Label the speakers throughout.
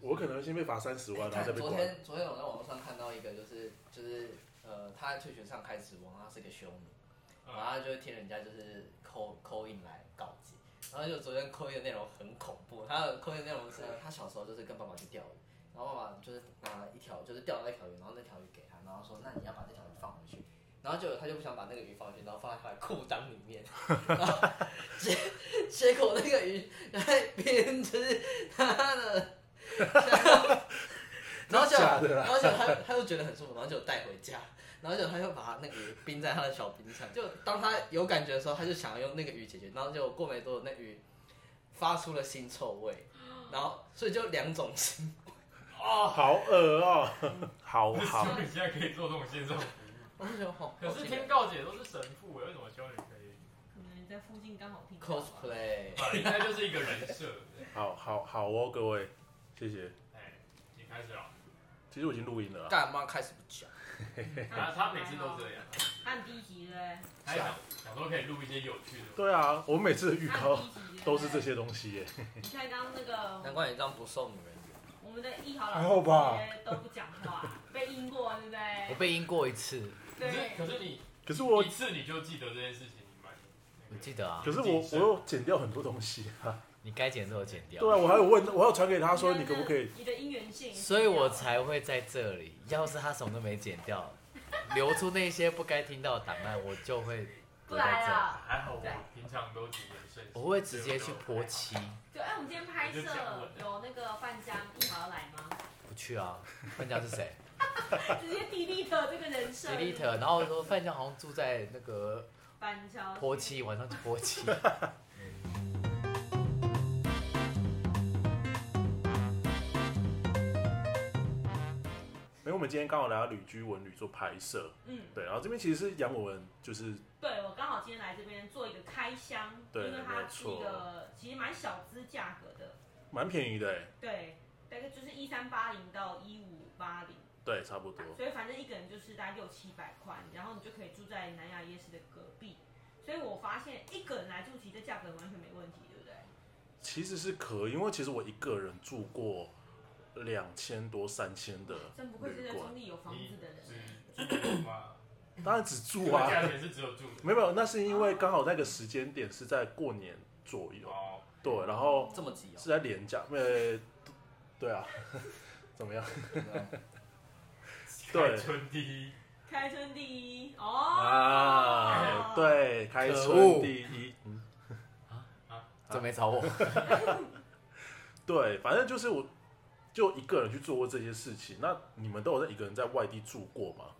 Speaker 1: 我可能先被罚三十啊万，然后再被
Speaker 2: 哎昨
Speaker 1: 关。
Speaker 2: 天昨天我在网络上看到一个，就是就是呃，他在退群上开直播，然后是个修女，然后他就会听人家就是扣扣印来告解，然后就昨天扣印的内容很恐怖，他的扣印内容是
Speaker 1: 嗯
Speaker 2: 他小时候就是跟爸爸去钓鱼，然后爸爸就是拿了一条就是钓到一条鱼，然后那条鱼给他，然后说那你要把这条鱼放回去。然后就他就不想把那个鱼放回去，然后放在他的裤裆里面，然后结结果那个鱼在边吃他的然后就，
Speaker 1: 假的啦
Speaker 2: 然后就他他又觉得很舒服，然后就带回家，然后就他又把那个鱼冰在他的小冰箱，就当他有感觉的时候，他就想要用那个鱼解决，然后就过没多久，那鱼发出了腥臭味，然后所以就两种腥，
Speaker 3: 哦，
Speaker 1: 好恶哦、好好
Speaker 3: 修，女现在可以做这种线上服务，
Speaker 2: 我就觉得 好，
Speaker 3: 可是听告解都是神父，为什么修女可 以？
Speaker 4: 可能在附近刚好听到吧
Speaker 2: cosplay，
Speaker 3: 啊应该就是一个人设。
Speaker 1: 好好好哦，各位，谢谢。
Speaker 3: 哎，你开始了。
Speaker 1: 其实我已经录音了啊、
Speaker 2: 干嘛开始不讲？
Speaker 3: 他啊他每次都
Speaker 4: 哦
Speaker 3: 这样，
Speaker 4: 按第一集对不对，
Speaker 3: 他想想说可以录一些有趣的。
Speaker 1: 对啊，我每次的预
Speaker 4: 按
Speaker 1: 告
Speaker 4: 第一集对不对
Speaker 1: 都是这。些东西耶。
Speaker 4: 你看刚刚那
Speaker 2: 难
Speaker 4: 个
Speaker 2: 怪你这样不受女人缘。
Speaker 4: 我们的艺豪老师
Speaker 1: 还好吧
Speaker 4: 直接都不讲话，被阴过对不
Speaker 2: 我
Speaker 4: 对？
Speaker 2: 被阴过一次，
Speaker 3: 可是
Speaker 4: 对
Speaker 3: 可，是你
Speaker 1: 可是我
Speaker 3: 一，次你就记得这件事情，你蛮
Speaker 5: 我记得啊
Speaker 1: 可，是我，我又剪掉很多东西啊。
Speaker 5: 你该剪的都有剪掉，
Speaker 1: 对啊，我还有问，我还有传给他说，
Speaker 4: 你
Speaker 1: 你
Speaker 4: 的
Speaker 1: 可不可以？？
Speaker 4: 你的姻缘性，
Speaker 5: 所以我才会在这里。要是他什么都没剪掉，留出那些不该听到的档案，我就会留
Speaker 4: 不
Speaker 5: 在
Speaker 4: 来
Speaker 5: 这里。
Speaker 4: 了。
Speaker 3: 还好，我平常都谨慎。
Speaker 5: 我会直接去泼漆，
Speaker 4: 对，哎，我们今天拍摄有那个范江，艺豪要来吗？哎
Speaker 5: 不去啊。范江是谁
Speaker 4: 直接 delete 这个 人设
Speaker 5: ？Delete，然后说范江好像住在那个
Speaker 4: 板桥
Speaker 5: 泼漆，晚上去泼漆。
Speaker 1: 因为我们今天刚好来到旅居文旅做拍摄，
Speaker 4: 嗯，
Speaker 1: 对，然后这边其实是杨文，就是
Speaker 4: 对，我刚好今天来这边做一个开箱，
Speaker 1: 对
Speaker 4: 因为它
Speaker 1: 没
Speaker 4: 是
Speaker 1: 错
Speaker 4: 一个其实蛮小资价格的，
Speaker 1: 蛮便宜的欸耶，
Speaker 4: 对，大概就是一三八零到一五八零，
Speaker 1: 对，差不多。
Speaker 4: 所以反正一个人就是大概六七百块，然后你就可以住在南雅夜市的隔壁。所以我发现一个人来住，其实这价格完全没问题，对不对？
Speaker 1: 其实是可以，因为其实我一个人住过两千多、三千的
Speaker 4: 真不愧是
Speaker 1: 旅
Speaker 4: 在中
Speaker 1: 馆，
Speaker 4: 立有房子的人。
Speaker 3: 嗯只住吗？
Speaker 1: 当然只住
Speaker 3: 价
Speaker 1: 啊，
Speaker 3: 钱是只有住的。
Speaker 1: 没有，没有，那是因为刚好那个时间点是在过年左右，
Speaker 3: 哦，
Speaker 1: 对，然后
Speaker 2: 这么急 哦
Speaker 1: 是在连假，呃，对啊， 怎么样？
Speaker 2: 对啊？
Speaker 1: 对
Speaker 3: 开春第一，
Speaker 4: 开春第一哦，
Speaker 1: 啊，对，开
Speaker 5: 可恶
Speaker 1: 春第一，嗯
Speaker 5: 怎么没找我？
Speaker 1: 对，反正就是我就一个人去做过这些事情。那你们都有在一个人在外地住过吗？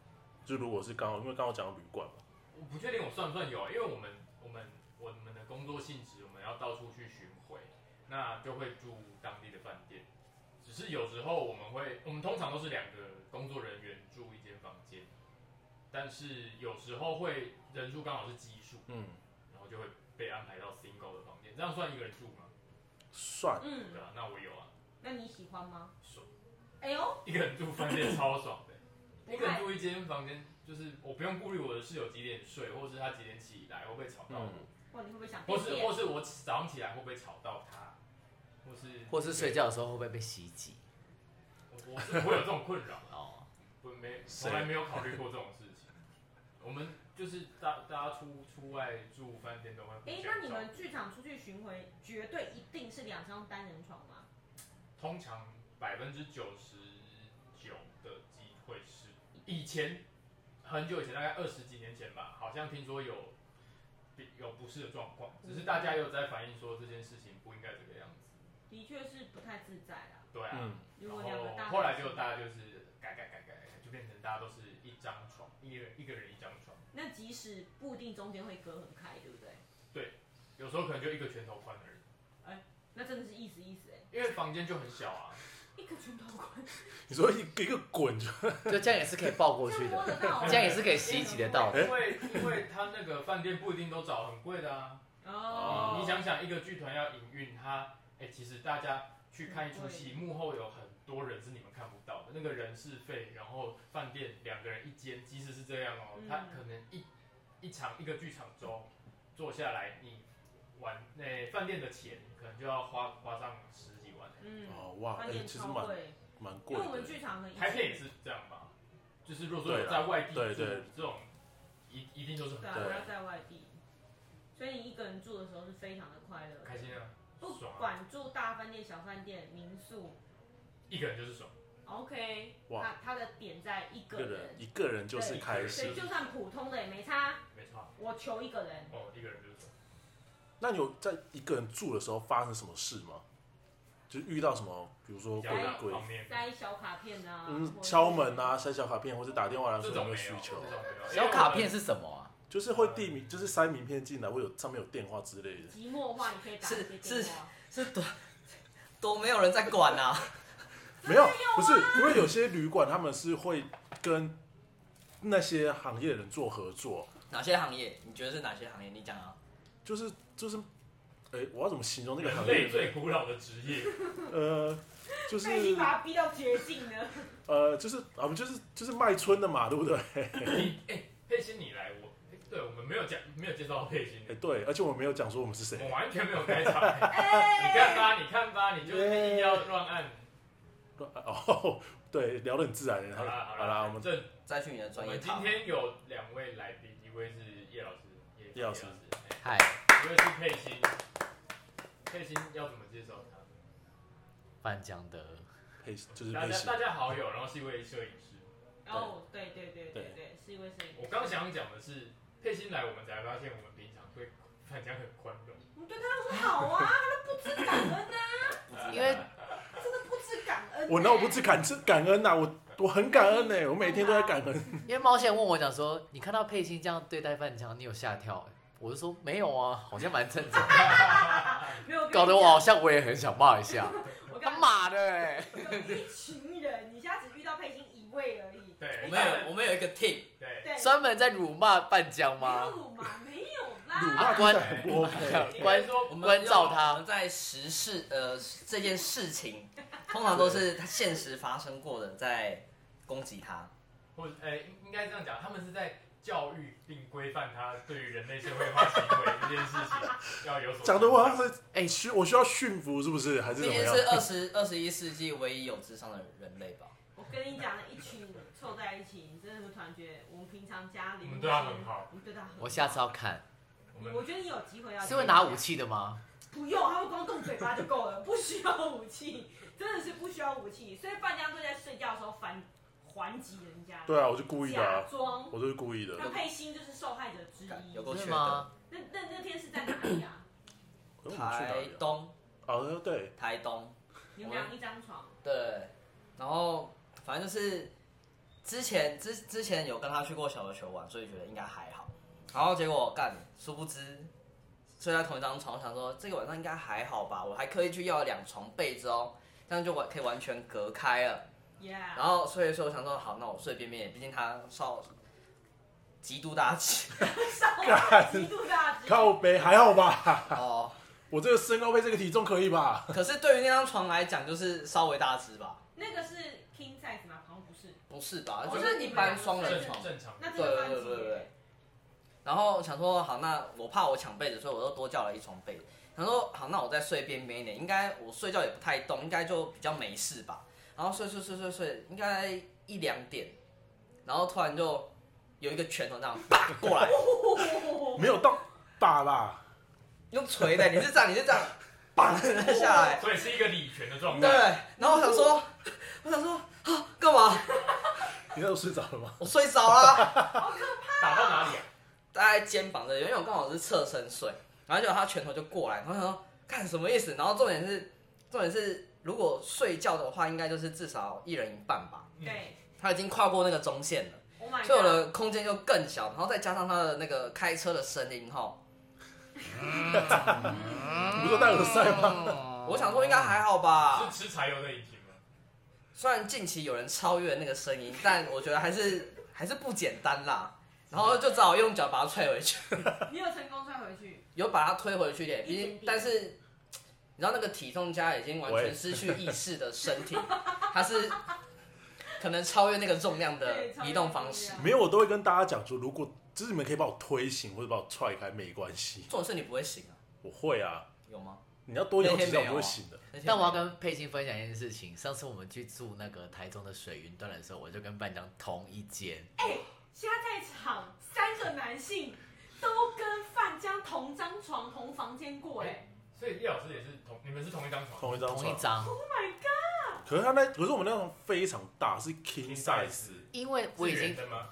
Speaker 1: 就如果是刚好，因为刚好讲到旅馆嘛，
Speaker 3: 我不确定我算不算有，啊因为我们我们我们的工作性质，我们要到处去巡回，那就会住当地的饭店。只是有时候我们会，我们通常都是两个工作人员住一间房间，但是有时候会人数刚好是奇数，
Speaker 1: 嗯，
Speaker 3: 然后就会被安排到 single 的房间，这样算一个人住吗？
Speaker 1: 算
Speaker 3: 对
Speaker 4: 嗯，
Speaker 3: 啊，那我有啊，
Speaker 4: 那你喜欢吗？
Speaker 3: 爽，
Speaker 4: 哎呦，
Speaker 3: 一个人住饭店超爽的，
Speaker 4: 不
Speaker 3: 一个人
Speaker 4: 太
Speaker 3: 住一间房间，就是我不用顾虑我的室友几点睡，或是他几点起来会不会吵到我。
Speaker 1: 嗯
Speaker 4: 哇，你会不会想被
Speaker 3: 或是
Speaker 4: 骗？
Speaker 3: 或是我早上起来会不会吵到他，或是
Speaker 5: 或是睡觉的时候会不会被袭击？
Speaker 3: 我我是不会有这种困扰，
Speaker 5: 哦，
Speaker 3: 我没
Speaker 1: 谁
Speaker 3: 从来没有考虑过这种事情。我们就是大大家出出外住饭店都会互
Speaker 4: 哎，
Speaker 3: 相
Speaker 4: 那你
Speaker 3: 照
Speaker 4: 们剧场出去巡回，绝对一定是两张单人床吗？
Speaker 3: 通常百分之九十九的机会是以前很久以前，大概二十几年前吧，好像听说有有不适的状况，只是大家有在反映说这件事情不应该这个样子。
Speaker 4: 的确是不太自在啦。
Speaker 3: 对啊，
Speaker 1: 嗯，
Speaker 4: 如
Speaker 3: 然
Speaker 4: 果两个
Speaker 3: 后
Speaker 4: 大，
Speaker 3: 后来就大家就是改改改改，改，就变成大家都是一张床，一人一个人一张床，
Speaker 4: 那即使不一定中间会隔很开，对不对？
Speaker 3: 有时候可能就一个拳头宽而已，
Speaker 4: 那真的是意思意思哎、
Speaker 3: 因为房间就很小啊。
Speaker 4: 一个拳头宽，
Speaker 1: 你说一个一个滚就
Speaker 5: 哦就这样也是可以抱过
Speaker 4: 这
Speaker 5: 去
Speaker 4: 样摸
Speaker 5: 的，
Speaker 4: 得 到，欸
Speaker 5: 这样也是可以袭击得到。
Speaker 2: 哎
Speaker 3: 因为因为他那个饭店不一定都找很贵的啊，
Speaker 4: 哦。
Speaker 3: 你想想一个剧团要营运它，哎、其实大家去看一出戏，幕后有很多人是你们看不到的，那个人事费，然后饭店两个人一间，即使是这样哦，
Speaker 4: 嗯
Speaker 3: 他可能一一场一个剧场周做下来，你玩那饭、店的钱可能就要花花上十几万、哎
Speaker 4: 嗯，
Speaker 1: 哦哇，哎、
Speaker 4: 饭店
Speaker 1: 其实
Speaker 4: 超
Speaker 1: 蛮
Speaker 4: 贵，
Speaker 1: 蛮
Speaker 4: 因
Speaker 1: 贵
Speaker 4: 为我们
Speaker 1: 的，
Speaker 4: 剧场很
Speaker 3: 拍片也是这样吧？就是如果说有在外地
Speaker 1: 对
Speaker 3: 住
Speaker 1: 对对
Speaker 3: 这种，一一定都是很
Speaker 4: 对啊，
Speaker 1: 对
Speaker 4: 我要在外地，所以你一个人住的时候是非常的快乐的，
Speaker 3: 开心啊，
Speaker 4: 不
Speaker 3: 爽啊，
Speaker 4: 管住大饭店、小饭店、民宿
Speaker 3: 一个人就是爽。
Speaker 4: ，OK，
Speaker 1: 哇
Speaker 4: 它它的点在一
Speaker 1: 一
Speaker 4: 个
Speaker 1: 个人一个人就是
Speaker 4: 对
Speaker 1: 开
Speaker 4: 所
Speaker 1: 心。
Speaker 4: 以就算普通的也没差，
Speaker 3: 没错，
Speaker 4: 我求一个人，
Speaker 3: 哦，一个人就是爽。
Speaker 1: 那你有在一个人住的时候发生什么事吗？就遇到什么，比如说
Speaker 3: 比
Speaker 1: 鬼
Speaker 3: 较大
Speaker 1: 鬼，
Speaker 3: 方面，
Speaker 4: 塞小卡片啊，或
Speaker 1: 嗯，
Speaker 4: 者是
Speaker 1: 敲门啊，塞小卡片，或者打电话来啊说
Speaker 3: 这
Speaker 1: 有
Speaker 3: 种
Speaker 1: 没
Speaker 3: 没
Speaker 1: 有
Speaker 3: 有，嗯
Speaker 1: 需求，
Speaker 3: 这种没有。
Speaker 6: 小卡片是什么啊？
Speaker 1: 就是会递名，就是塞名片进来，会有上面有电话之类的。
Speaker 4: 即墨话，你可以打一些
Speaker 6: 是
Speaker 4: 电
Speaker 6: 是
Speaker 4: 话，
Speaker 6: 是多都没有人在管啊。
Speaker 1: 没有，啊不是因为有些旅馆他们是会跟那些行业的人做合作，
Speaker 2: 哪些行业？你觉得是哪些行业？你讲啊。
Speaker 1: 就是就是，哎、我要怎么形容那个
Speaker 3: 人
Speaker 1: 行
Speaker 3: 类
Speaker 1: 业？
Speaker 3: 最古老的职 业，
Speaker 1: 呃，就是
Speaker 4: 他已经把他逼到绝 境了。
Speaker 1: 呃，就是啊，不就是就是卖春的嘛，对不对？哎、
Speaker 3: 你哎、佩欣你来我，哎对我们没有讲，没有介绍到佩欣，
Speaker 1: 对，而且我没有讲说我们是
Speaker 3: 我
Speaker 1: 谁，
Speaker 3: 完全没有开场。你看吧，你看吧，你就是硬要乱按。
Speaker 1: 哦，对，聊得很自然。然
Speaker 3: 好
Speaker 1: 后
Speaker 3: 啦
Speaker 1: 好啦，我们
Speaker 3: 这
Speaker 2: 再去你的
Speaker 3: 我
Speaker 2: 专业
Speaker 3: 们今
Speaker 2: 塔。
Speaker 3: 天有两位来宾，一位是叶老师，
Speaker 1: 叶老师
Speaker 3: 哎
Speaker 6: 嗨，
Speaker 3: 一位是佩欣。佩欣要怎么介绍他？
Speaker 6: 范江德，
Speaker 1: 配就是
Speaker 3: 大
Speaker 1: 配
Speaker 3: 家
Speaker 1: 戏
Speaker 3: 大，家好友，然后是一位摄影师。
Speaker 4: 哦，对对对对对，是一位谁？
Speaker 3: 我刚想讲的是，佩欣来我们才发现，我们平常对范江很宽容。
Speaker 4: 你对他很好啊，他都不知感恩啊，
Speaker 6: 因为
Speaker 4: 真的不知感恩欸。
Speaker 1: 我那我不知感知感恩呐、啊我我很感恩呢、我每天都在感恩。
Speaker 6: 因为毛线问我讲说，你看到佩欣这样对待范江，你有吓跳、欸？我就说没有啊，好像蛮正常的，
Speaker 4: 没有，
Speaker 6: 搞得我好像我也很想骂一下。
Speaker 4: 我跟
Speaker 6: 他
Speaker 4: 你
Speaker 6: 妈的、欸，
Speaker 4: 讲，有一群人，你现在只遇到佩欣一位而已。
Speaker 3: 对，
Speaker 2: 我们有我们有一个 team，
Speaker 3: 对，
Speaker 4: 对，
Speaker 6: 专门在辱骂范江
Speaker 4: 没有
Speaker 6: 吗？
Speaker 4: 辱骂，没有
Speaker 1: 辱
Speaker 4: 啦。
Speaker 1: 骂听起来很不 OK，
Speaker 6: 对
Speaker 3: 关说
Speaker 2: 我们
Speaker 6: 啊关照他
Speaker 2: 我们在时事呃这件事情，通常都是他现实发生过的在攻击他。
Speaker 3: 或者呃，应应该这样讲，他们是在教育并规范他对于人类社会化行为这件事情要有所
Speaker 1: 讲的我好像是哎，需、我需要驯服是不是？还是怎
Speaker 2: 毕
Speaker 1: 么
Speaker 2: 竟
Speaker 1: 样？
Speaker 2: 是二哦十二十一世纪唯一有智商的人类吧。
Speaker 4: 我跟你讲，一群凑在一起，你真的会突然觉得，我们平常家里
Speaker 3: 我们对他很好，
Speaker 4: 我们对他很好。
Speaker 6: 我下次要看，
Speaker 3: 我们
Speaker 4: 我觉得你有机会要啊
Speaker 6: 是会拿武，器的吗？
Speaker 4: 不用，他们光动嘴巴就够了， 不需要武器，真的是不需要武器。所以范家都在睡觉的时候反还击人家，
Speaker 1: 对啊，我就故意的、
Speaker 4: 假
Speaker 1: 啊，
Speaker 4: 装。
Speaker 1: 我就是故意的。哎
Speaker 4: 那佩欣就是受害者之一。
Speaker 2: 干有
Speaker 4: 那
Speaker 2: 够
Speaker 6: 是
Speaker 2: 缺
Speaker 6: 嗯吗
Speaker 2: 德。？
Speaker 4: 那那天是在哪里 啊？
Speaker 1: 我们去哪
Speaker 2: 台
Speaker 1: 里啊？
Speaker 2: 东，
Speaker 1: 哦，对，
Speaker 2: 台东，
Speaker 4: 你们俩一张床，
Speaker 2: 对。然后反正就是之前之之前有跟他去过小琉球玩，所以觉得应该还好。然后结果干，殊不知睡在同一张床，想说这个晚上应该还好吧，我还刻意去要了两床被子哦，这样就完可以完全隔开了。然
Speaker 4: yeah，
Speaker 2: 后所以说我想说好，那我睡边边，毕竟他少极度大气
Speaker 4: 上极度大只，
Speaker 1: 靠背还好吧？
Speaker 2: 哦。
Speaker 1: 我这个身高配这个体重可以吧？
Speaker 2: 可是对于那张床来讲，就是稍微大只吧？
Speaker 4: 那个是 king size 吗？好像不是，
Speaker 2: 不是吧？
Speaker 4: 哦
Speaker 2: 就
Speaker 4: 那
Speaker 2: 是
Speaker 4: 你
Speaker 2: 一
Speaker 4: 们
Speaker 2: 般
Speaker 4: 两个
Speaker 2: 双人
Speaker 4: 睡
Speaker 2: 床
Speaker 3: 正。正常。
Speaker 4: 那这个班级
Speaker 2: 对对对对
Speaker 4: 耶
Speaker 2: 对，然后想说好，那我怕我抢被子，所以我又多叫了一床被子。想说好，那我再睡边边一点，应该我睡觉也不太动，应该就比较没事吧。然后睡睡睡睡睡，应该一两点，然后突然就有一个拳头这样啪过来，
Speaker 1: 没有到大啦，
Speaker 2: 用锤的，你是这样，你是这样，砰下来。
Speaker 3: 所以是一个礼权的状
Speaker 2: 对
Speaker 3: 态，，
Speaker 2: 然后我想说，我想说啊，干嘛？
Speaker 1: 你那时候睡着了吗？
Speaker 2: 我睡着了。
Speaker 3: 打到哪里啊？
Speaker 2: 大概肩膀这里，因为我刚好是侧身睡，然后就他拳头就过来，然后想说干什么意思？然后重点是，重点是如果睡觉的话，应该就是至少一人一半吧。
Speaker 3: 嗯
Speaker 4: 对
Speaker 2: 他已经跨过那个中线了，
Speaker 4: ，Oh my
Speaker 2: 所以我
Speaker 4: god，
Speaker 2: 的空间就更小，然后再加上他的那个开车的声音哈，
Speaker 1: 你不是说戴耳塞吗？
Speaker 2: 我想说应该还好吧。
Speaker 3: 是吃柴油的引擎吗？
Speaker 2: 虽然近期有人超越那个声音，但我觉得还是还是不简单啦。然后就只好用脚把他踹回去，
Speaker 4: 你有成功再回去，
Speaker 2: 有把他推回去一点，毕
Speaker 4: 一点
Speaker 2: 竟
Speaker 4: 点
Speaker 2: 但是你知道那个体重家已经完
Speaker 1: 喂
Speaker 2: 全失去意识的身体，它 是可能超越那个重量的
Speaker 4: 对超越
Speaker 2: 移动方式
Speaker 4: 重。量
Speaker 1: 没有，我都会跟大家讲说，如果就是你们可以把我推醒或者把我踹开，没关系，
Speaker 2: 重点是你不会醒啊，
Speaker 1: 我会啊。
Speaker 2: 有吗？
Speaker 1: 你要多游几
Speaker 2: 那天
Speaker 1: 场
Speaker 2: 没有
Speaker 1: 就会醒的。
Speaker 2: 那天
Speaker 6: 但我要
Speaker 2: 没有
Speaker 6: 跟佩欣分享一件事情，上次我们去住那个台中的水云端的时候，我就跟班长同一间，
Speaker 4: 现在在场三个男性都跟范江同张床、同房间过、哎、
Speaker 3: 所以叶老师也是同，你们是同一张床，
Speaker 1: 同一张
Speaker 6: 同一
Speaker 1: 床，
Speaker 6: 张，
Speaker 4: o h my god！
Speaker 1: 可是他那可是我们那张非常大，是 king size，
Speaker 6: 因为我已
Speaker 3: 是
Speaker 6: 经
Speaker 3: 圆的吗？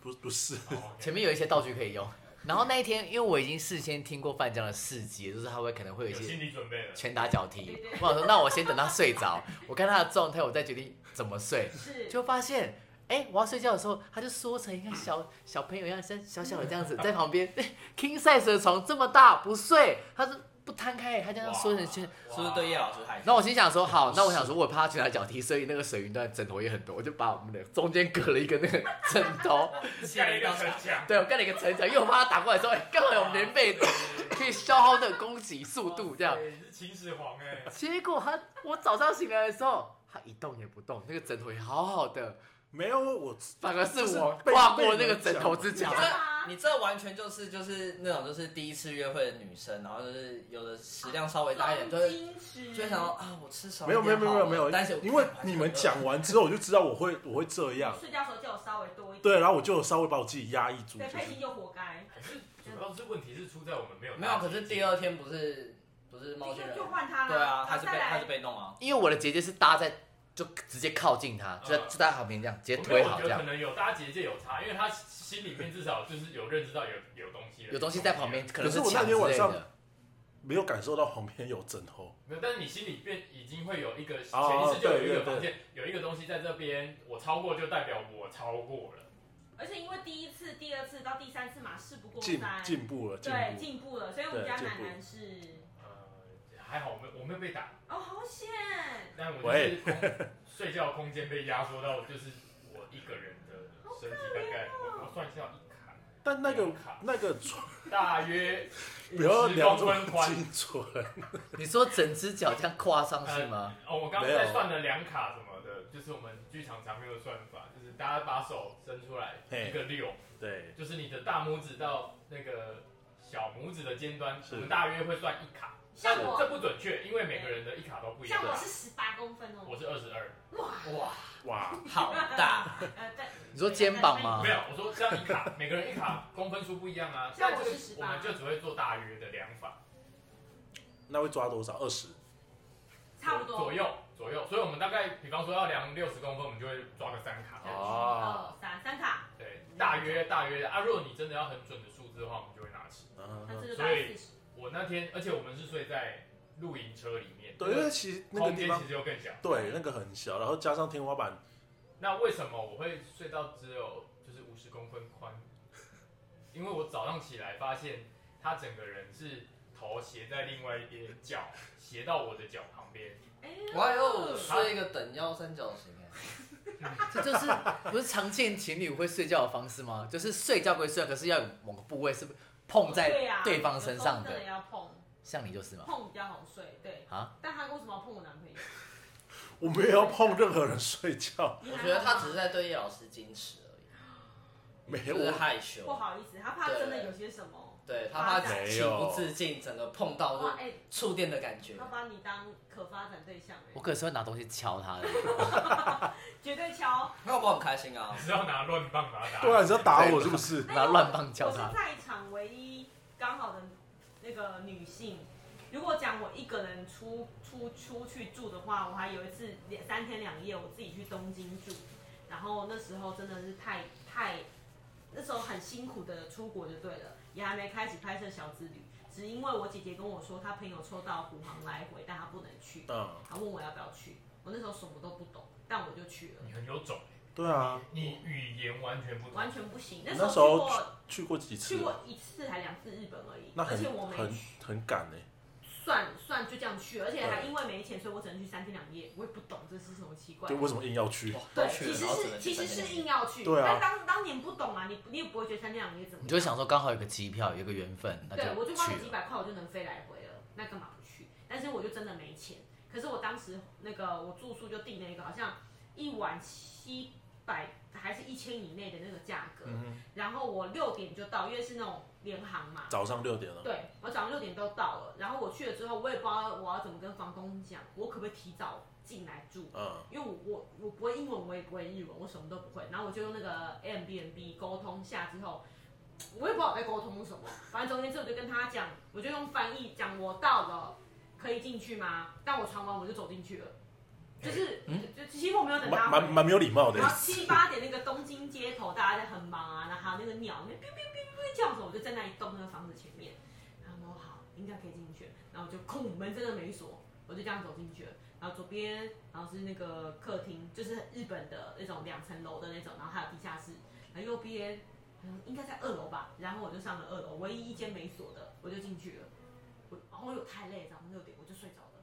Speaker 1: 不不是，
Speaker 3: 哦
Speaker 6: 前面有一些道具可以用。然后那一天，因为我已经事先听过范江的事迹，就是他会可能会有
Speaker 3: 有
Speaker 6: 一些
Speaker 3: 心理准备了。
Speaker 6: 拳打脚踢
Speaker 4: 对对。
Speaker 6: 我想说，那我先等他睡着，我看他的状态，我再决定怎么睡。
Speaker 4: 是，
Speaker 6: 就发现，哎、我要睡觉的时候，他就缩成一个小小朋友一样，像小小的这样子，在旁边。king size 的床这么大，不睡，他是不摊开，他这样缩成圈。
Speaker 2: 是不是对叶老师害羞？
Speaker 6: 那我心想说，好，那我想说，我怕他拳打脚踢，所以那个水云端枕头也很多，我就把我们的中间隔了一个那个枕头，
Speaker 3: 下一个城墙，
Speaker 6: 对我盖了一个城墙，因为我怕他打过来的时候，哎刚、好有 棉被可以消耗那个攻击速度，这样
Speaker 3: 哇。塞是秦始皇哎，
Speaker 6: 结果他，我早上醒来的时候，他一动也不动，那个枕头也好好的，
Speaker 1: 没有我
Speaker 6: 反而
Speaker 1: 就是
Speaker 6: 是我
Speaker 1: 被
Speaker 6: 跨
Speaker 1: 被
Speaker 6: 过
Speaker 1: 你
Speaker 6: 那个
Speaker 1: 们
Speaker 6: 枕
Speaker 1: 讲
Speaker 6: 头之墙
Speaker 4: 干。嘛？
Speaker 2: 你这完全就是就是那种就是第一次约会的女生，然后就是有的食量稍微大一点，就会
Speaker 4: 金池，
Speaker 2: 就会想到啊，我吃少一
Speaker 1: 没有
Speaker 2: 点
Speaker 1: 没有没有没有没
Speaker 2: 好
Speaker 1: 有
Speaker 2: 了但是我，
Speaker 1: 因为你们讲完之后，我就知道我会我会这样，
Speaker 4: 睡觉的时候叫我稍微多一点，
Speaker 1: 对，然后我就稍微把我自己压抑住，
Speaker 4: 对，
Speaker 1: 就
Speaker 4: 佩
Speaker 1: 是
Speaker 4: 琴就活该，
Speaker 3: 可是主要是问题是出在我们没有
Speaker 2: 没有，可是第二天不是不是猫
Speaker 4: 你
Speaker 2: 巨
Speaker 4: 就
Speaker 2: 人
Speaker 4: 就，换他了，
Speaker 2: 对啊，他
Speaker 4: 然
Speaker 2: 是
Speaker 4: 后
Speaker 2: 被
Speaker 4: 再
Speaker 2: 他
Speaker 4: 来
Speaker 2: 是被弄啊，
Speaker 6: 因为我的结界是搭在，就直接靠近他，就在就在
Speaker 1: 啊
Speaker 6: 他旁边这样，直接推好
Speaker 3: 我
Speaker 6: 这
Speaker 3: 觉得
Speaker 6: 样
Speaker 3: 可，能有搭结界有差，因为他心里面至少就是有认知到有有东西了，
Speaker 6: 有东西在旁边，可
Speaker 1: 可
Speaker 6: 能
Speaker 1: 是我那
Speaker 6: 墙之
Speaker 1: 天晚
Speaker 6: 类
Speaker 1: 上
Speaker 6: 的。
Speaker 1: 没有感受到旁边有枕头，
Speaker 3: 没有，但是你心里边已经会有一个
Speaker 1: 哦
Speaker 3: 潜意识就有一
Speaker 1: 对对
Speaker 3: 个防线，有一个东西在这边，我超过就代表我超过了。
Speaker 4: 而且因为第一次、第二次到第三次嘛，事不过
Speaker 1: 进
Speaker 4: 三，
Speaker 1: 进步了，进
Speaker 4: 对，
Speaker 1: 步。
Speaker 4: 进步了，所以我们
Speaker 1: 对
Speaker 4: 家
Speaker 1: 进
Speaker 4: 楠
Speaker 1: 步
Speaker 4: 楠是
Speaker 3: 呃，还好我没我没有被打，
Speaker 4: 哦，好险，
Speaker 3: 但我就是 空睡觉空间被压缩到就是我一个人的身体大概，我我算一下一卡，
Speaker 1: 但那个
Speaker 3: 两卡
Speaker 1: 那个床
Speaker 3: 大约
Speaker 1: 不要
Speaker 3: 50
Speaker 1: 聊
Speaker 3: 公
Speaker 1: 这
Speaker 3: 分
Speaker 1: 么
Speaker 3: 宽。
Speaker 1: 精准，
Speaker 6: 你说整只脚这样跨上去吗？
Speaker 3: 哦，我刚刚
Speaker 1: 没有
Speaker 3: 在算了两卡什么的，就是我们剧场常用的算法，就是大家把手伸出来
Speaker 1: 嘿
Speaker 3: 一个六，
Speaker 1: 对，
Speaker 3: 就是你的大拇指到那个小拇指的尖端，
Speaker 1: 是
Speaker 3: 我们大约会算一卡，但
Speaker 4: 像
Speaker 3: 是
Speaker 4: 我
Speaker 3: 这不准确，因为每个人的一卡都不一样
Speaker 4: 像。
Speaker 2: 啊
Speaker 4: 我是十八公分哦，
Speaker 3: 我是二十二，
Speaker 2: 哇，
Speaker 1: 哇，
Speaker 2: 好大，
Speaker 4: 呃，对，
Speaker 6: 你说肩膀吗
Speaker 3: 没有，我说这样一卡，每个人一卡公分数不一样 啊。
Speaker 4: 像
Speaker 3: 但
Speaker 4: 我
Speaker 3: 这个
Speaker 4: 是18
Speaker 3: 我们就只会做大约的量法，
Speaker 1: 那会抓多少？二十，
Speaker 4: 差不多
Speaker 3: 左右左右，所以我们大概比方说要量六十公分，我们就会抓个三卡。
Speaker 4: 对一
Speaker 1: 哦
Speaker 4: 二三三卡，
Speaker 3: 对，大约大约啊。如果你真的要很准的数字的话，我们就会拿尺。
Speaker 2: 哦
Speaker 1: 啊
Speaker 4: 那这就大
Speaker 3: 所以
Speaker 4: 概四十。
Speaker 3: 我那天，而且我们是睡在露营车里面，
Speaker 1: 对，因为其实那个
Speaker 3: 空
Speaker 1: 地
Speaker 3: 间
Speaker 1: 方
Speaker 3: 其实就更小。
Speaker 1: 对那个很小，然后加上天花板，
Speaker 3: 那为什么我会睡到只有就是五十公分宽？因为我早上起来发现他整个人是头斜在另外一边，脚斜到我的脚旁边。
Speaker 4: 哎
Speaker 2: 哇哟，睡一个等腰三角形哎，
Speaker 6: 这就是不是常见情侣会睡觉的方式吗？就是睡觉归睡觉，可是要有某个部位是碰
Speaker 4: 对
Speaker 6: 在
Speaker 4: 啊
Speaker 6: 对方身上
Speaker 4: 有时候真的
Speaker 6: 的，
Speaker 4: 要碰
Speaker 6: 像你就是嘛。
Speaker 4: 碰比较好睡，对。
Speaker 6: 啊，
Speaker 4: 但他为什么要碰我男朋友？
Speaker 1: 我没有要碰任何人睡觉，
Speaker 2: 我觉得他只是在对叶老师矜持而
Speaker 1: 没
Speaker 2: 已，
Speaker 1: 有
Speaker 2: 就是
Speaker 1: 我
Speaker 2: 害
Speaker 4: 不
Speaker 2: 羞，
Speaker 4: 好意思，他怕真的有些什么。
Speaker 2: 对他怕
Speaker 1: 没
Speaker 2: 情
Speaker 1: 有
Speaker 2: 不自禁，整个碰到
Speaker 4: 哇，
Speaker 2: 就
Speaker 4: 哎，
Speaker 2: 触电的感觉
Speaker 4: 他，把你当可发展对象
Speaker 6: 我
Speaker 4: 哎，
Speaker 6: 可是会拿东西敲他的，
Speaker 4: 绝对敲。哦
Speaker 2: 那我很开心啊
Speaker 3: 你。是要拿乱棒把他打？
Speaker 1: 对啊，你是要打我是不是？
Speaker 6: 拿乱棒敲
Speaker 4: 我是
Speaker 6: 他。
Speaker 4: 在场唯一刚好的那个女性。如果讲我一个人出出出去住的话，我还有一次两三天两夜我自己去东京住，然后那时候真的是太太，那时候很辛苦的出国就对了，也还没开始拍摄小之旅，只因为我姐姐跟我说她朋友抽到虎航来回，但她不能去，
Speaker 1: 嗯，
Speaker 4: 她问我要不要去，我那时候什么都不懂，但我就去了，
Speaker 3: 你很有种，
Speaker 1: 对啊，
Speaker 3: 你语言完全不
Speaker 4: 完
Speaker 3: 同。
Speaker 4: 全不行。
Speaker 1: 你
Speaker 4: 那
Speaker 1: 那
Speaker 4: 时
Speaker 1: 时
Speaker 4: 候去
Speaker 1: 候
Speaker 4: 过
Speaker 1: 去去过几次
Speaker 4: 去？过一次还两次日本而已，
Speaker 1: 那
Speaker 4: 而
Speaker 1: 很
Speaker 4: 且我没
Speaker 1: 很
Speaker 4: 去
Speaker 1: 很赶欸呢。
Speaker 4: 算算就这样去，而且还
Speaker 1: 对
Speaker 4: 因为没钱，所以我只能去三天两夜，我也不懂这是什么奇怪
Speaker 1: 就。为什么硬要去
Speaker 2: 哇？
Speaker 4: 对
Speaker 2: 都，去
Speaker 4: 其
Speaker 2: 了
Speaker 4: 实
Speaker 2: 然后只能去
Speaker 4: 是其实
Speaker 2: 三天
Speaker 4: 是硬要去，
Speaker 1: 对啊
Speaker 4: 但当当年不懂啊，你你也不会觉得三天两夜怎么
Speaker 6: 你
Speaker 4: 样。
Speaker 6: 就会想说，刚好有个机票，有一个缘分，那
Speaker 4: 对，我
Speaker 6: 去
Speaker 4: 就花了几
Speaker 6: 了。
Speaker 4: 百块，我就能飞来回了，那干嘛不去？但是我就真的没钱。可是我当时那个我住宿就订了一个好像一晚七百还是一千以内的那个价格，
Speaker 1: 嗯哼，
Speaker 4: 然后我六点就到，因为是那种联航嘛，
Speaker 1: 早上六点了，
Speaker 4: 对我早上六点都到了，然后我去了之后，我也不知道我要怎么跟房东讲，我可不可以提早进来住？
Speaker 1: 嗯，
Speaker 4: 因为我我我不会英文，我也不会日文，我什么都不会。然后我就用那个 M B N B 沟通下之后，我也不知道我在沟通什么，反正中间之后我就跟他讲，我就用翻译讲我到了，可以进去吗？但我传完我就走进去了，就是、就就其实我没有等他
Speaker 1: 嗯蛮
Speaker 4: 回
Speaker 1: 蛮蛮没有礼貌的欸
Speaker 4: 然，后七八点那个东京街头，大家在很忙啊，然后还有那个鸟，那 biu biu biu biu 叫的时候，我就站在一栋那个房子前面，然后我好，应该可以进去，然后我就空门真的没锁，我就这样走进去了。然后左边，然后是那个客厅，就是日本的那种两层楼的那种，然后还有地下室。然后右边，嗯，应该在二楼吧。然后我就上了二楼，唯一一间没锁的，我就进去了。我，然后我有太累，早上六点我就睡着了。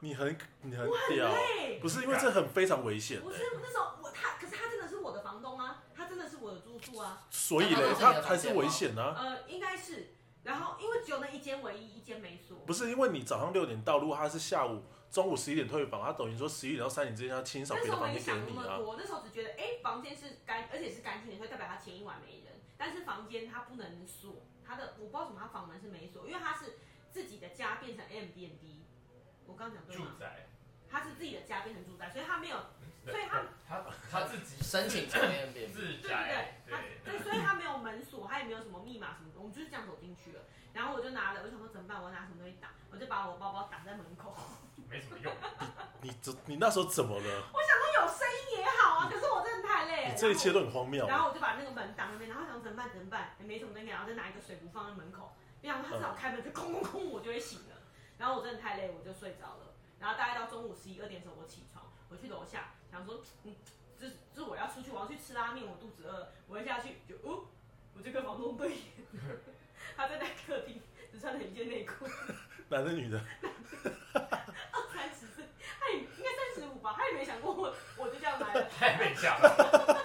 Speaker 1: 你很你很屌，
Speaker 4: 对，
Speaker 1: 不是因为这很非常危险欸
Speaker 4: 不
Speaker 1: 的
Speaker 4: 是，那时候我他，可是他真的是我的房东啊，他真的是我的住宿啊，
Speaker 1: 所以嘞，
Speaker 2: 那
Speaker 1: 它
Speaker 2: 那
Speaker 1: 还是危险啊。
Speaker 4: 呃，应该是。然后因为只有那一间，唯一一间没锁，
Speaker 1: 不是因为你早上六点到，如果他是下午中午十一点退房，他等于说十一点到三点之间他清扫
Speaker 4: 那
Speaker 1: 别
Speaker 4: 时
Speaker 1: 的
Speaker 4: 候
Speaker 1: 房
Speaker 4: 没
Speaker 1: 间
Speaker 4: 想
Speaker 1: 给
Speaker 4: 那
Speaker 1: 你
Speaker 4: 么
Speaker 1: 啊。
Speaker 4: 多，那时候只觉得哎，房间是干，而且是干净的，所以代表他前一晚没人。但是房间他不能锁，他的我不知道为什么他房门是没锁，因为他是自己的家变成 M B N B，我刚讲对
Speaker 3: 住
Speaker 4: 吗？
Speaker 3: 宅，
Speaker 4: 他是自己的家变成住宅，所以他没有，
Speaker 3: 对
Speaker 4: 所以他
Speaker 3: 他他自己
Speaker 2: 申请成 a b
Speaker 3: 自
Speaker 4: 对对
Speaker 3: 宅，
Speaker 4: 对，他对，所以他没有门锁，他也没有什么密码什么的，我们就是这样走进去了。然后我就拿了，我想说怎么办？我拿什么东西挡？我就把我包包挡在门口。
Speaker 3: 没什么用。
Speaker 1: 你这你那时候怎么了？
Speaker 4: 我想说有声音也好啊，可是我真的太累了。
Speaker 1: 你这一切
Speaker 4: 然后
Speaker 1: 都很荒谬啊
Speaker 4: 我。。然后我就把那个门挡那边，然后想怎么办？怎么办？也没什么东西，然后再拿一个水壶放在门口。就想说他至少开门就空空空，我就会醒了。然后我真的太累，我就睡着了。然后大概到中午十一二点的时候，我起床，我去楼下想说，嗯，就是就是我要出去，我要去吃拉面，我肚子饿了，我一下去就哦，我就跟房东对眼， 他在那客厅只穿了一件内裤，
Speaker 1: 男的女的，
Speaker 4: 二三十岁，他也应该三十五吧，他也没想过我，我就这样来了，
Speaker 3: 太没讲了，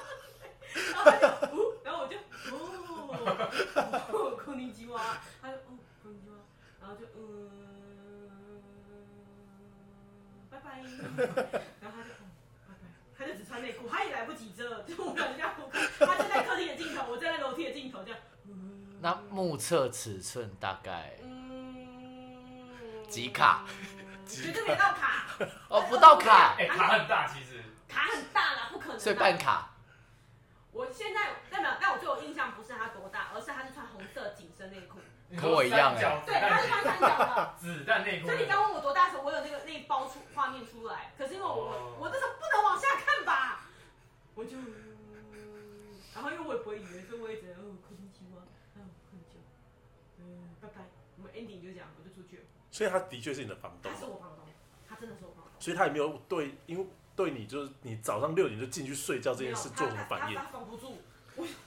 Speaker 4: 然后他就哦，然后我就哦， 空灵鸡蛙，他就哦，空灵鸡蛙，然后就嗯，拜拜，然后他就哦，拜拜，他就只穿内裤，他也来不及遮，就我们家，他就在客厅的镜头，我站在楼梯的镜头，这样，嗯
Speaker 6: 那目测尺寸大概
Speaker 4: 嗯，
Speaker 6: 集卡，
Speaker 4: 绝对没到卡，
Speaker 6: 哦，不到卡，
Speaker 3: 哎，卡很大，其实
Speaker 4: 卡很大啦，不可能啊，
Speaker 6: 所以办卡。
Speaker 4: 我现在但没有，但我对我印象不是他多大，而是他是穿红色紧身内 裤，
Speaker 6: 跟我一样哎
Speaker 4: 对，他是穿三角的。
Speaker 3: 子弹内裤，
Speaker 4: 所以你刚问我多大的时候，我有那个那一包出画面出来，可是因为我、
Speaker 3: 哦
Speaker 4: 我那时候不能往下看吧，我就，然后因为我也不会语言，所以我也只能哦，空气吗？嗯，很久，嗯，拜拜，我们 ending 就这样，我就出去了。
Speaker 1: 所以他的确是你的房东
Speaker 4: 他，是我房东，他真的是我房东。
Speaker 1: 所以他也没有对，因为对你就是你早上六点就进去睡觉这件事做什么
Speaker 4: 没有他
Speaker 1: 反应
Speaker 4: 他？他防不住，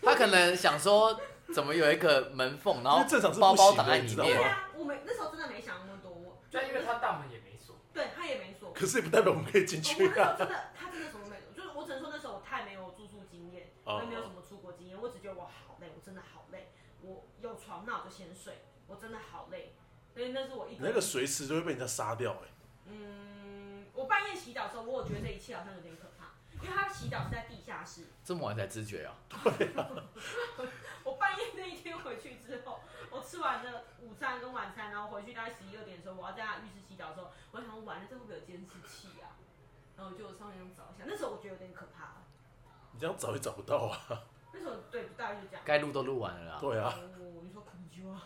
Speaker 6: 他可能想说，怎么有一个门缝，然
Speaker 1: 因
Speaker 6: 后
Speaker 1: 为正常是
Speaker 6: 包
Speaker 1: 不
Speaker 6: 包
Speaker 1: 行
Speaker 6: 挡
Speaker 1: 的，
Speaker 6: 在
Speaker 1: 你
Speaker 6: 里
Speaker 1: 知道
Speaker 6: 面
Speaker 4: 对
Speaker 1: 吗？
Speaker 4: 啊，我没那时候真的没想那么多，我
Speaker 3: 但因为他大门也没锁，
Speaker 4: 对他也没说。
Speaker 1: 可是也不代表我们可以
Speaker 4: 我那时候
Speaker 1: 进去啊。
Speaker 4: 真的，他真的什么都没有，就是我只能说那时候我太没有住宿经验，我
Speaker 1: 哦
Speaker 4: 也没有什么出国经验，我只觉得我好累，我真的好累，我有床那我就先睡，我真的好累，所以那是我一
Speaker 1: 你那个随时就会被人家杀掉哎、
Speaker 4: 嗯，我半夜洗澡的时候，我有觉得这一切好像有点可怕，因为他洗澡是在地下室，
Speaker 6: 这么晚才知觉啊！
Speaker 4: 我半夜那一天回去之后，我吃完了午餐跟晚餐，然后回去大概十一二点的时候，我要在他浴室洗澡的时候，我想说完了这会不会有监视器啊？然后我就上网找一下，那时候我觉得有点可怕了，
Speaker 1: 你这样找也找不到啊。
Speaker 4: 那时候对不大概就这样。
Speaker 6: 该录都录完了啦。
Speaker 1: 对啊，
Speaker 4: 哦，你说恐惧 啊？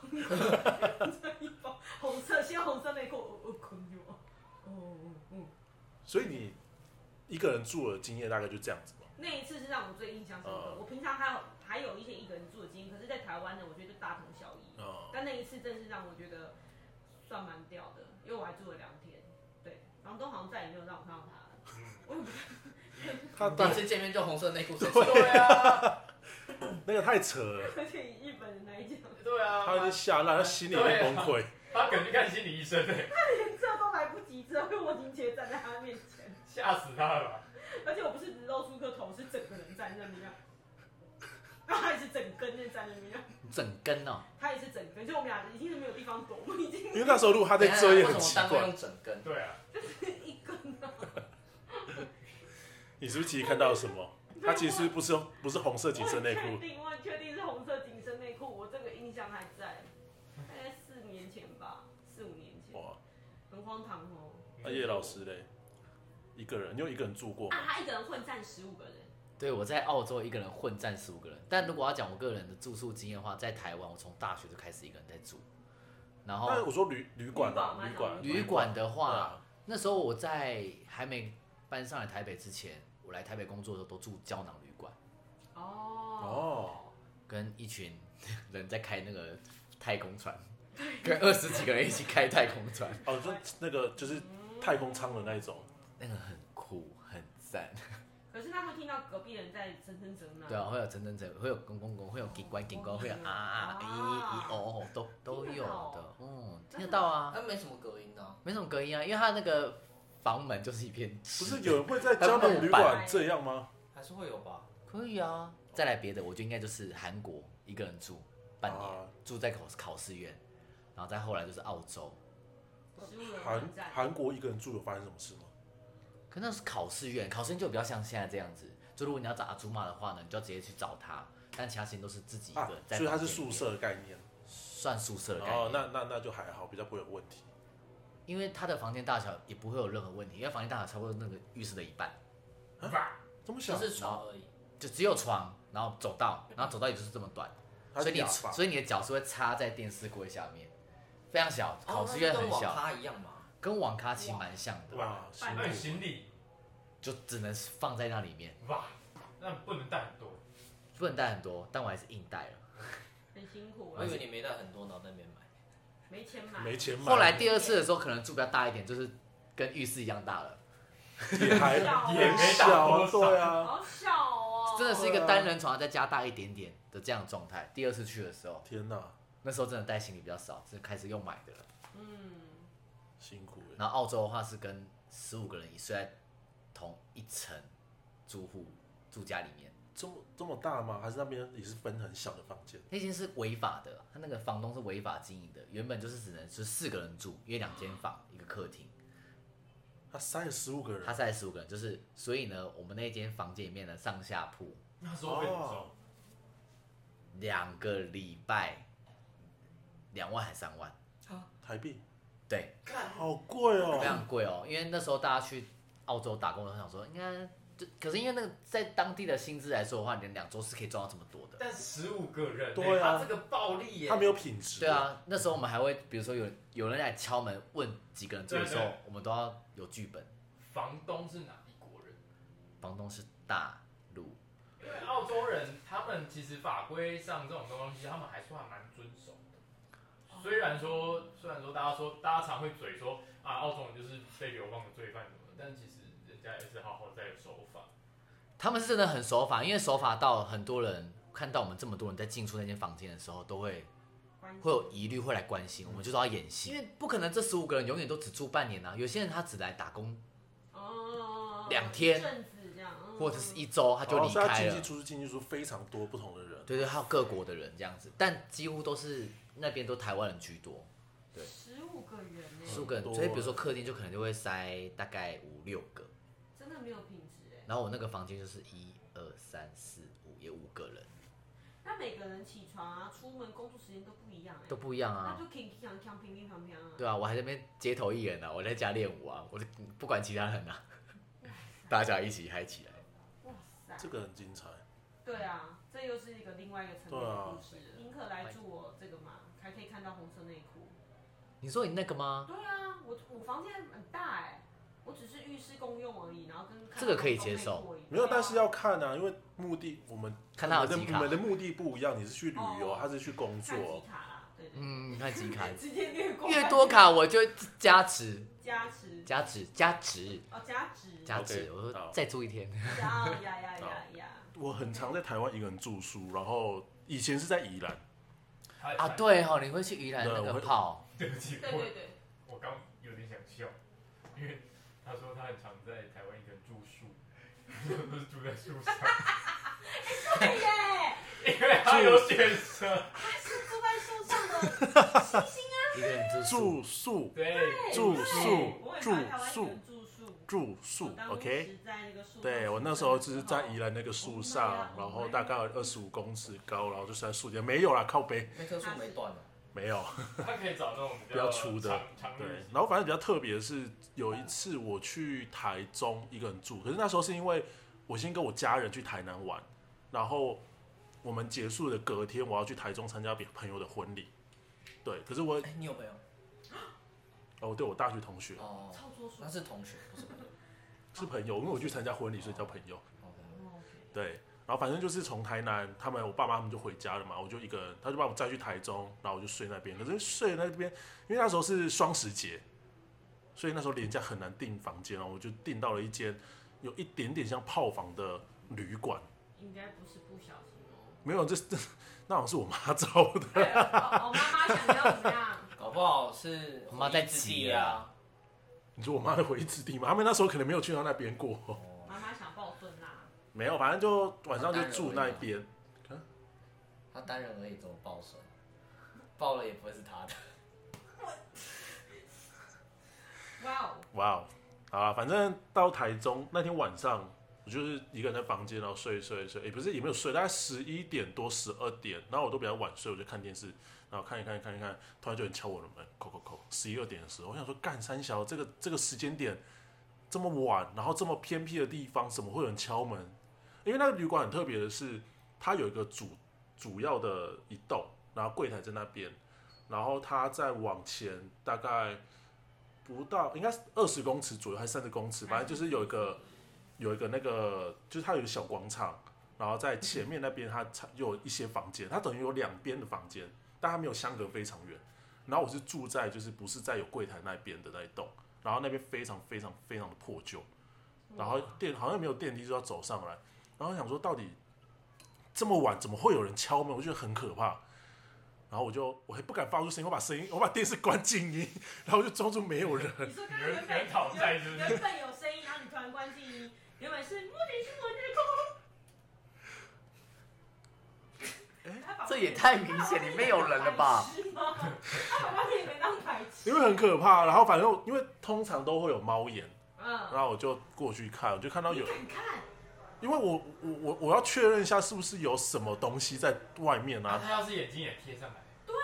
Speaker 4: 这一包红色，鲜红色内裤，哦哦，恐惧啊！哦，嗯，
Speaker 1: 所以你一个人住的经验大概就这样子嘛。
Speaker 4: 那一次是让我最印象深刻
Speaker 1: 哦。
Speaker 4: 我平常还有还有一些一个人住的经验，可是，在台湾呢，我觉得就大同小异。
Speaker 1: 啊、
Speaker 4: 但那一次真的是让我觉得算蛮屌的，因为我还住了两天。对，房东好像再也没有让我看到他了。我也不
Speaker 1: 他
Speaker 2: 第一
Speaker 1: 他
Speaker 2: 次见面就红色内裤，谁知道
Speaker 3: 对啊，
Speaker 1: 那个太扯了，
Speaker 4: 而且以日本 人来讲，
Speaker 3: 对啊，
Speaker 1: 他有点吓烂，他心里有点崩溃。
Speaker 3: 他可能去看心理医生呢，
Speaker 4: 连这都来不及遮，因为我已经直接站在他面前，
Speaker 3: 吓死他了吧？
Speaker 4: 而且我不是只露出个头，是整个人站在那边，然后还是整根就站在那边。
Speaker 6: 整根哦，
Speaker 4: 他也是整根，就我们俩已经是没有地方躲，我们已经
Speaker 1: 因为那时候如果他在遮也很
Speaker 2: 哎为
Speaker 1: 奇
Speaker 2: 什么单位
Speaker 1: 怪，
Speaker 2: 用整根？
Speaker 3: 对啊，
Speaker 4: 一根了。
Speaker 1: 你是不是其实看到了什么？它其实不是不是红色紧身内
Speaker 4: 我很
Speaker 1: 裤
Speaker 4: 确，定，我很确定是红色紧身内裤，我这个印象还在，大概四年前吧，四五年前，
Speaker 1: 哇！
Speaker 4: 很荒唐哦。
Speaker 1: 那叶老师嘞，一个人，你有一个人住过
Speaker 4: 啊
Speaker 1: 吗？，
Speaker 4: 他一个人混战十五个人，
Speaker 6: 对，我在澳洲一个人混战十五个人，但如果要讲我个人的住宿经验的话，在台湾我从大学就开始一个人在住，然
Speaker 1: 但是
Speaker 6: 后
Speaker 1: 我说旅旅馆啊，
Speaker 4: 旅
Speaker 1: 旅
Speaker 4: 馆
Speaker 1: 馆
Speaker 6: 哦旅馆的
Speaker 1: 对
Speaker 6: 话，
Speaker 1: 啊，
Speaker 6: 那时候我在还没搬上来台北之前，我来台北工作的时候都住胶囊旅馆，
Speaker 4: 哦，
Speaker 6: 跟一群 人在开那个太空船，跟二十几个人一起开太空船，
Speaker 1: 哦，就那个就是
Speaker 4: 嗯
Speaker 1: 太空舱的那一种，
Speaker 6: 那个很酷很赞。
Speaker 4: 可是他会听到隔壁人在争争争
Speaker 6: 对啊，会有整整整，会有公公公，会有警官警官，会有啊啊咦咦哦，哦都都有的，嗯，听得到啊，
Speaker 2: 那没什么隔音的啊。
Speaker 6: 没什么隔音啊，因为它那个房门就是一片，
Speaker 1: 不是有人会在胶囊旅馆这样吗？
Speaker 2: 还是会有吧？
Speaker 6: 可以啊。再来别的，我觉得应该就是韩国一个人住半年，
Speaker 1: 啊
Speaker 6: 住在考考试院，然后再后来就是澳洲，
Speaker 4: 十五人
Speaker 1: 韩
Speaker 4: 混战，
Speaker 1: 韩国一个人住有发生什么事吗？
Speaker 6: 可那是考试院，考试院就比较像现在这样子，就如果你要找阿祖玛的话呢，你就要直接去找他，但其他事情都是自己一个
Speaker 1: 啊
Speaker 6: 人，在、
Speaker 1: 所以它是宿，舍的概念。
Speaker 6: 算宿舍的概念。
Speaker 1: 哦，那那那就还好，比较不会有问题。
Speaker 6: 因为他的房间大小也不会有任何问题，因为房间大小差不多那个浴室的一半，
Speaker 1: 这么
Speaker 2: 就
Speaker 1: 小，
Speaker 2: 是床而已。
Speaker 6: 就只有床，然后走道，然后走道也就是这么短，
Speaker 1: 它
Speaker 6: 所
Speaker 1: 是
Speaker 6: 以你
Speaker 1: 哑巴
Speaker 6: 所以你的脚是会插在电视柜下面，非常小，考
Speaker 2: 哦，
Speaker 6: 试
Speaker 2: 那
Speaker 6: 院
Speaker 2: 就跟
Speaker 6: 很
Speaker 2: 网
Speaker 6: 小，
Speaker 2: 咖一样嘛。
Speaker 6: 跟网咖其实蛮像的，
Speaker 1: 哇，
Speaker 4: 拜
Speaker 3: 哎那
Speaker 4: 拜
Speaker 3: 你行李
Speaker 6: 就只能放在那里面，
Speaker 3: 哇，那不能带很多。
Speaker 6: 不能带很多，但我还是硬带了。
Speaker 4: 很辛苦
Speaker 2: 我
Speaker 4: 啊
Speaker 2: 以，为你没带很多，然后在那边买。
Speaker 4: 没钱
Speaker 3: 啊
Speaker 4: 买，
Speaker 1: 哎没钱买。
Speaker 6: 后来第二次的时候可能住比较大一点，就是跟浴室一样大了，
Speaker 1: 也 还
Speaker 4: 也
Speaker 3: 没打
Speaker 1: 小
Speaker 3: 多
Speaker 1: 啊，
Speaker 3: 少
Speaker 1: 对啊。
Speaker 4: 好小哦，
Speaker 6: 真的是一
Speaker 2: 呃
Speaker 6: 个单人床再加大一点点的这样的状态。第二次去的时候，
Speaker 1: 天哪，
Speaker 6: 那时候真的带行李比较少，是开始用买的了。
Speaker 4: 嗯，
Speaker 1: 辛苦欸了。
Speaker 6: 然后澳洲的话是跟十五个人一睡在同一层住户住家里面，
Speaker 1: 这么这么大吗？还是那边也是分很小的房间？
Speaker 6: 那间是违法的，他那个房东是违法经营的，原本就是只能是四个人住，因为两间房一个客厅，
Speaker 1: 他塞了十五个
Speaker 6: 他
Speaker 1: 人，
Speaker 6: 塞十五个人，就是所以呢，我们那间房间里面的上下铺
Speaker 3: 那时候被你收
Speaker 1: 哦，
Speaker 6: 两个礼拜两万还三万，
Speaker 1: 台币
Speaker 6: 对，
Speaker 1: 好贵
Speaker 6: 非
Speaker 1: 哦。
Speaker 6: 常贵哦，因为那时候大家去澳洲打工的时候想说应该就，可是因为那个在当地的薪资来说的话，你两周是可以赚到这么多的。
Speaker 3: 但十五个人、欸，
Speaker 1: 对啊
Speaker 3: 他这个暴力耶、
Speaker 1: 他没有品质。
Speaker 6: 对，啊，那时候我们还会，比如说有有人来敲门问几个人住的时候，
Speaker 3: 对对
Speaker 6: 我们都要有剧本。
Speaker 3: 房东是哪一国人？
Speaker 6: 房东是大陆，
Speaker 3: 因为澳洲人他们其实法规上这种东西，他们还算蛮遵守的。虽然说，虽然说大家说大家常会嘴说啊，澳洲人就是被流放的罪犯什么的，但其实人家也是好好在守法。
Speaker 6: 他们是真的很守法，因为守法到很多人看到我们这么多人在进出那间房间的时候，都会
Speaker 4: 哦关系
Speaker 6: 会有疑虑，会来关心，我们就是要演戏，因为不可能这十五个人永远都只住半年啊，有些人他只来打工
Speaker 4: 哦，
Speaker 6: 两天
Speaker 4: 一阵子这样，嗯
Speaker 6: 或者是一周他
Speaker 1: 他
Speaker 6: 就离
Speaker 1: 他
Speaker 6: 开
Speaker 1: 进
Speaker 6: 了
Speaker 1: 进，出出进进出出非常多不同的人。
Speaker 6: 对对，还有各国的人这样子，但几乎都是那边都台湾人居多，
Speaker 4: 十五个人呢，
Speaker 6: 十五个人，
Speaker 1: 多
Speaker 6: 所以比如说客厅就可能就会塞大概五六个。
Speaker 4: 真的没有品质哎。
Speaker 6: 然后我那个房间就是一二三四五，也五个人，
Speaker 4: 那每个人起床啊、出门、工作时间都不一样哎、
Speaker 6: 都不一样
Speaker 4: 那
Speaker 6: 啊。
Speaker 4: 就平平常常、平平常常啊。
Speaker 6: 对啊，我还在那边街头艺人啊，我在家练舞啊，我就不管其他人啊， 大家一起嗨起来。
Speaker 4: 哇塞，
Speaker 1: 这个很精彩，
Speaker 4: 对啊，这又是一个另外一个层
Speaker 1: 对
Speaker 4: 面的
Speaker 1: 啊
Speaker 4: 故事了。宁可来住我这个嘛，还可以看到红色内裤。
Speaker 6: 你说你那个吗？
Speaker 4: 对啊，我我房间很大哎、我只是浴室共用而已，然后跟看到
Speaker 6: 这个可以接受
Speaker 4: 红色内裤而已
Speaker 1: 没有，但是要看啊，因为目的我们
Speaker 6: 看他有
Speaker 1: 我们
Speaker 6: 几
Speaker 1: 的
Speaker 6: 卡
Speaker 1: 我们的目的不一样，你是去旅游，
Speaker 4: 哦
Speaker 1: 他是去工
Speaker 4: 看吉
Speaker 1: 作。
Speaker 4: 卡啦，对对
Speaker 6: 嗯，你看几卡
Speaker 4: 对，，直接略过
Speaker 6: 越多卡我就加值，
Speaker 4: 加持
Speaker 6: 加值，加值，
Speaker 4: 哦，加值
Speaker 6: 加值。
Speaker 1: OK，
Speaker 6: 我说
Speaker 1: 好
Speaker 6: 再住一天，
Speaker 4: 啊呀呀呀呀！
Speaker 1: 我很常在台湾一个人住宿，然后以前是在宜兰，
Speaker 3: 他
Speaker 6: 啊，，对哦，你会去宜兰
Speaker 1: 对
Speaker 6: 那
Speaker 1: 我
Speaker 6: 个
Speaker 1: 会
Speaker 6: 泡，
Speaker 3: 对不起，
Speaker 4: 对对
Speaker 3: 我
Speaker 4: 对，
Speaker 3: 我刚有点想笑，因为他说他很常在台湾一个人住宿， 都是住在树上，
Speaker 4: 对耶，
Speaker 3: 因为他有选择。
Speaker 4: 是住在树上的
Speaker 6: 一个人住宿，
Speaker 1: 住宿
Speaker 3: 对，
Speaker 1: 住
Speaker 4: 对
Speaker 1: 宿
Speaker 4: 哎我也
Speaker 1: 住
Speaker 4: 蛮台湾
Speaker 1: 宿
Speaker 4: 人住宿，
Speaker 1: 住宿
Speaker 4: 当
Speaker 1: ，OK？
Speaker 4: 时在那个树上
Speaker 1: 对我那时候就是在宜兰那个树
Speaker 4: 我们
Speaker 1: 上
Speaker 4: 要，
Speaker 1: 然后大概有二十五公尺高，然后就是在树间，没有啦，靠背
Speaker 2: 那棵树没断了，
Speaker 1: 没有。
Speaker 3: 他可以找那种
Speaker 1: 比
Speaker 3: 比
Speaker 1: 较粗的
Speaker 3: 长长
Speaker 1: 对
Speaker 3: 日，
Speaker 1: 然后反正比较特别的是，有一次我去台中一个人住，可是那时候是因为我先跟我家人去台南玩，然后我们结束的隔天我要去台中参加别朋友的婚礼，对，可是我
Speaker 2: 哎，你有没有？
Speaker 1: 哦，对我大学同学
Speaker 2: 哦，
Speaker 4: 操作树
Speaker 2: 那是同学，不是朋友。
Speaker 1: 是朋友，因为我去参加婚礼所以叫朋友，
Speaker 2: OK，
Speaker 4: 哦，OK
Speaker 1: 对，然后反正就是从台南，他们我爸妈他们就回家了嘛，我就一个人，他就把我载去台中，然后我就睡那边。可是睡那边，因为那时候是双十节，所以那时候廉价很难订房间哦，我就订到了一间有一点点像炮房的旅馆，
Speaker 4: 应该不是不小心哦。
Speaker 1: 没有，这这那好像是 我妈找的，
Speaker 4: 对，我我哦妈妈想要怎么样？
Speaker 2: 搞不好是
Speaker 6: 我妈在
Speaker 2: 回忆之地
Speaker 6: 急啊
Speaker 2: 啊。
Speaker 1: 你说我妈的回忆之地嘛，他们那时候可能没有去到那边过，
Speaker 2: 哦，
Speaker 4: 妈妈想抱孙啦，
Speaker 1: 没有，反正就晚上就住那边，
Speaker 2: 他单人而已，怎么抱手？抱了也不会是他的。
Speaker 4: 哇哦，
Speaker 1: 哇哦，好啊，反正到台中那天晚上，我就是一个人在房间，然后睡一睡一睡，也不是也没有睡，大概十一点多十二点，然后我都比较晚睡，我就看电视，然后看一看看一看，突然就有人敲我的门，扣扣扣，十一二点的时候，我想说干三小这个这个时间点这么晚，然后这么偏僻的地方，怎么会有人敲门？因为那个旅馆很特别的是，它有一个主主要的一栋，然后柜台在那边，然后它再往前大概不到，应该是二十公尺左右还是三十公尺，反正就是有一个有一个那个，就是它有一个小广场，然后在前面那边它才有一些房间，它等于有两边的房间，但它没有相隔非常远。然后我是住在就是不是在有柜台那边的那一栋，然后那边非常非常非常的破旧，然后电好像没有电梯就要走上来，然后想说到底这么晚怎么会有人敲门？我觉得很可怕。然后我就我还不敢发出声音，我把声音我把电视关静音，然后我就装作没有人。
Speaker 4: 你说刚刚原本
Speaker 3: 人讨债是不是
Speaker 4: 原本有声音，然后你突然关静音，原本是莫林是我的
Speaker 1: 哎
Speaker 4: 空。
Speaker 6: 这也太明显里面有人了吧
Speaker 4: 白痴吗？他把那也没当白痴
Speaker 1: 因。为很可怕。然后反正因为通常都会有猫眼，
Speaker 4: 嗯，
Speaker 1: 然后我就过去看，我就看到
Speaker 4: 你
Speaker 1: 有，
Speaker 4: 敢看？
Speaker 1: 因为我我我我要确认一下是不是有什么东西在外面
Speaker 3: 那
Speaker 1: 啊，
Speaker 3: 他要是眼睛也贴上来，
Speaker 4: 啊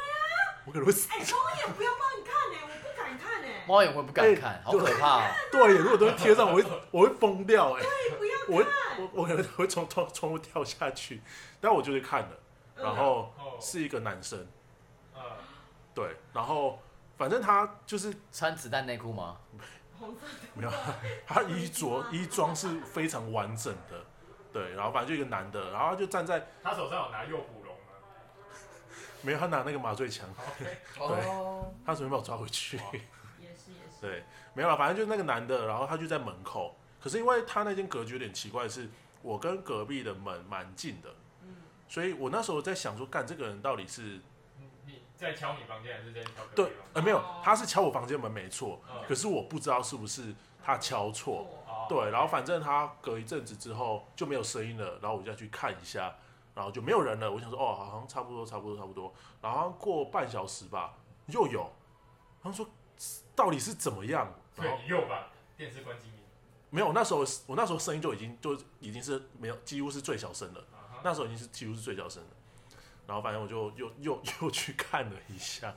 Speaker 1: 我可能会 死。
Speaker 4: 哎，猫眼不要帮你看哎，我不敢看哎。
Speaker 6: 猫眼我也不敢看，好可怕哦！
Speaker 1: 对，如果都贴上，我会我会疯掉哎、
Speaker 4: 对，不
Speaker 1: 我会
Speaker 4: 要看。
Speaker 1: 我我可能会从窗窗户跳下去。但我就去看了，然后
Speaker 3: 哦，
Speaker 1: 是一个男生，
Speaker 3: 呃，
Speaker 1: 对，然后反正他就是
Speaker 6: 穿子弹内裤吗？
Speaker 4: 红色
Speaker 1: 没有，他衣着衣装是非常完整的，对，然后反正就一个男的，然后他就站在
Speaker 3: 他手上有拿诱捕笼吗？
Speaker 1: 没有他拿那个麻醉枪，
Speaker 2: 哦，
Speaker 1: 他准备把我抓回去。
Speaker 4: 也是也是。
Speaker 1: 对，没有了，反正就那个男的，然后他就在门口。可是因为他那间格局有点奇怪是，我跟隔壁的门蛮近的，
Speaker 4: 嗯，
Speaker 1: 所以我那时候在想说，干这个人到底是
Speaker 3: 你你在敲你房间还是在敲隔
Speaker 1: 对
Speaker 3: 壁房？，
Speaker 1: 呃，没有
Speaker 4: 哦，
Speaker 1: 他是敲我房间门没错，
Speaker 3: 嗯
Speaker 1: 可是我不知道是不是他敲错。
Speaker 3: 哦
Speaker 1: 对，然后反正他隔一阵子之后就没有声音了，然后我就再去看一下，然后就没有人了。我想说，哦，好像差不多，差不多，差不多。然后好像过半小时吧，又有，然后说到底是怎么样？然后
Speaker 3: 对，你又把电视关静音。
Speaker 1: 没有，那时候我那时候声音就已经就已经是没有，几乎是最小声了。
Speaker 3: 啊哈
Speaker 1: 那时候已经是几乎是最小声了。然后反正我就又又 又去看了一下，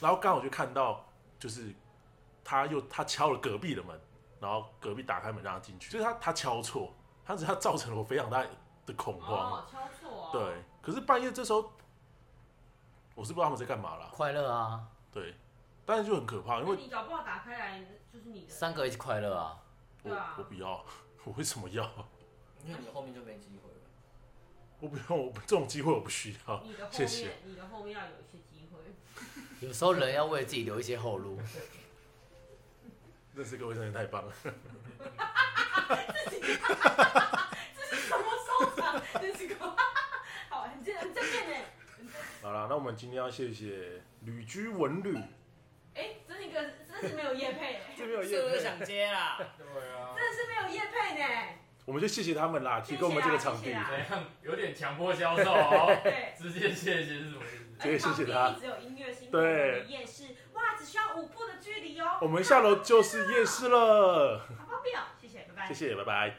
Speaker 1: 然后刚好就看到就是他又他敲了隔壁的门，然后隔壁打开门让他进去，就是他他敲错，他只是他造成了我非常大的恐慌。
Speaker 4: 哦，敲错哦。
Speaker 1: 对，可是半夜这时候我是不知道他们在干嘛啦。
Speaker 6: 快乐啊，
Speaker 1: 对，但是就很可怕，因
Speaker 4: 那
Speaker 1: 为
Speaker 4: 你搞不好打开来就是你的。
Speaker 6: 三个一起快乐啊！
Speaker 1: 我
Speaker 4: 对啊
Speaker 1: 我不要，我为什么要？
Speaker 2: 因为你后面就没机会了。
Speaker 1: 我不用，我这种机会我不需要。
Speaker 4: 你的后
Speaker 1: 谢谢
Speaker 4: 面，你的后面要有一些机会。
Speaker 6: 有时候人要为自己留一些后路。
Speaker 1: 认识各位真的太棒了。
Speaker 4: 这是什么收藏？这是个 好，很正很正面呢。
Speaker 1: 好啦，那我们今天要谢谢旅居文旅，
Speaker 4: 哎，这是一个，这是没有叶 配耶，
Speaker 1: 这没有
Speaker 2: 是不是想接啦？
Speaker 3: 对啊，
Speaker 4: 这是没有叶配呢。
Speaker 1: 我们就谢谢他们啦，
Speaker 4: 谢
Speaker 1: 提
Speaker 4: 谢啊
Speaker 1: 供我们这个场地
Speaker 4: 谢谢。啊
Speaker 3: 怎样？有点强迫销售哦，
Speaker 4: 对，哎
Speaker 3: 直接谢谢是什么意思？
Speaker 1: 谢谢谢谢
Speaker 4: 旁边一直有音乐欣赏
Speaker 1: 对
Speaker 4: 夜市，哇，只需要五步的距离哦。
Speaker 1: 我们下楼就是夜市了，
Speaker 4: 好吧，拜
Speaker 1: 谢谢，拜拜。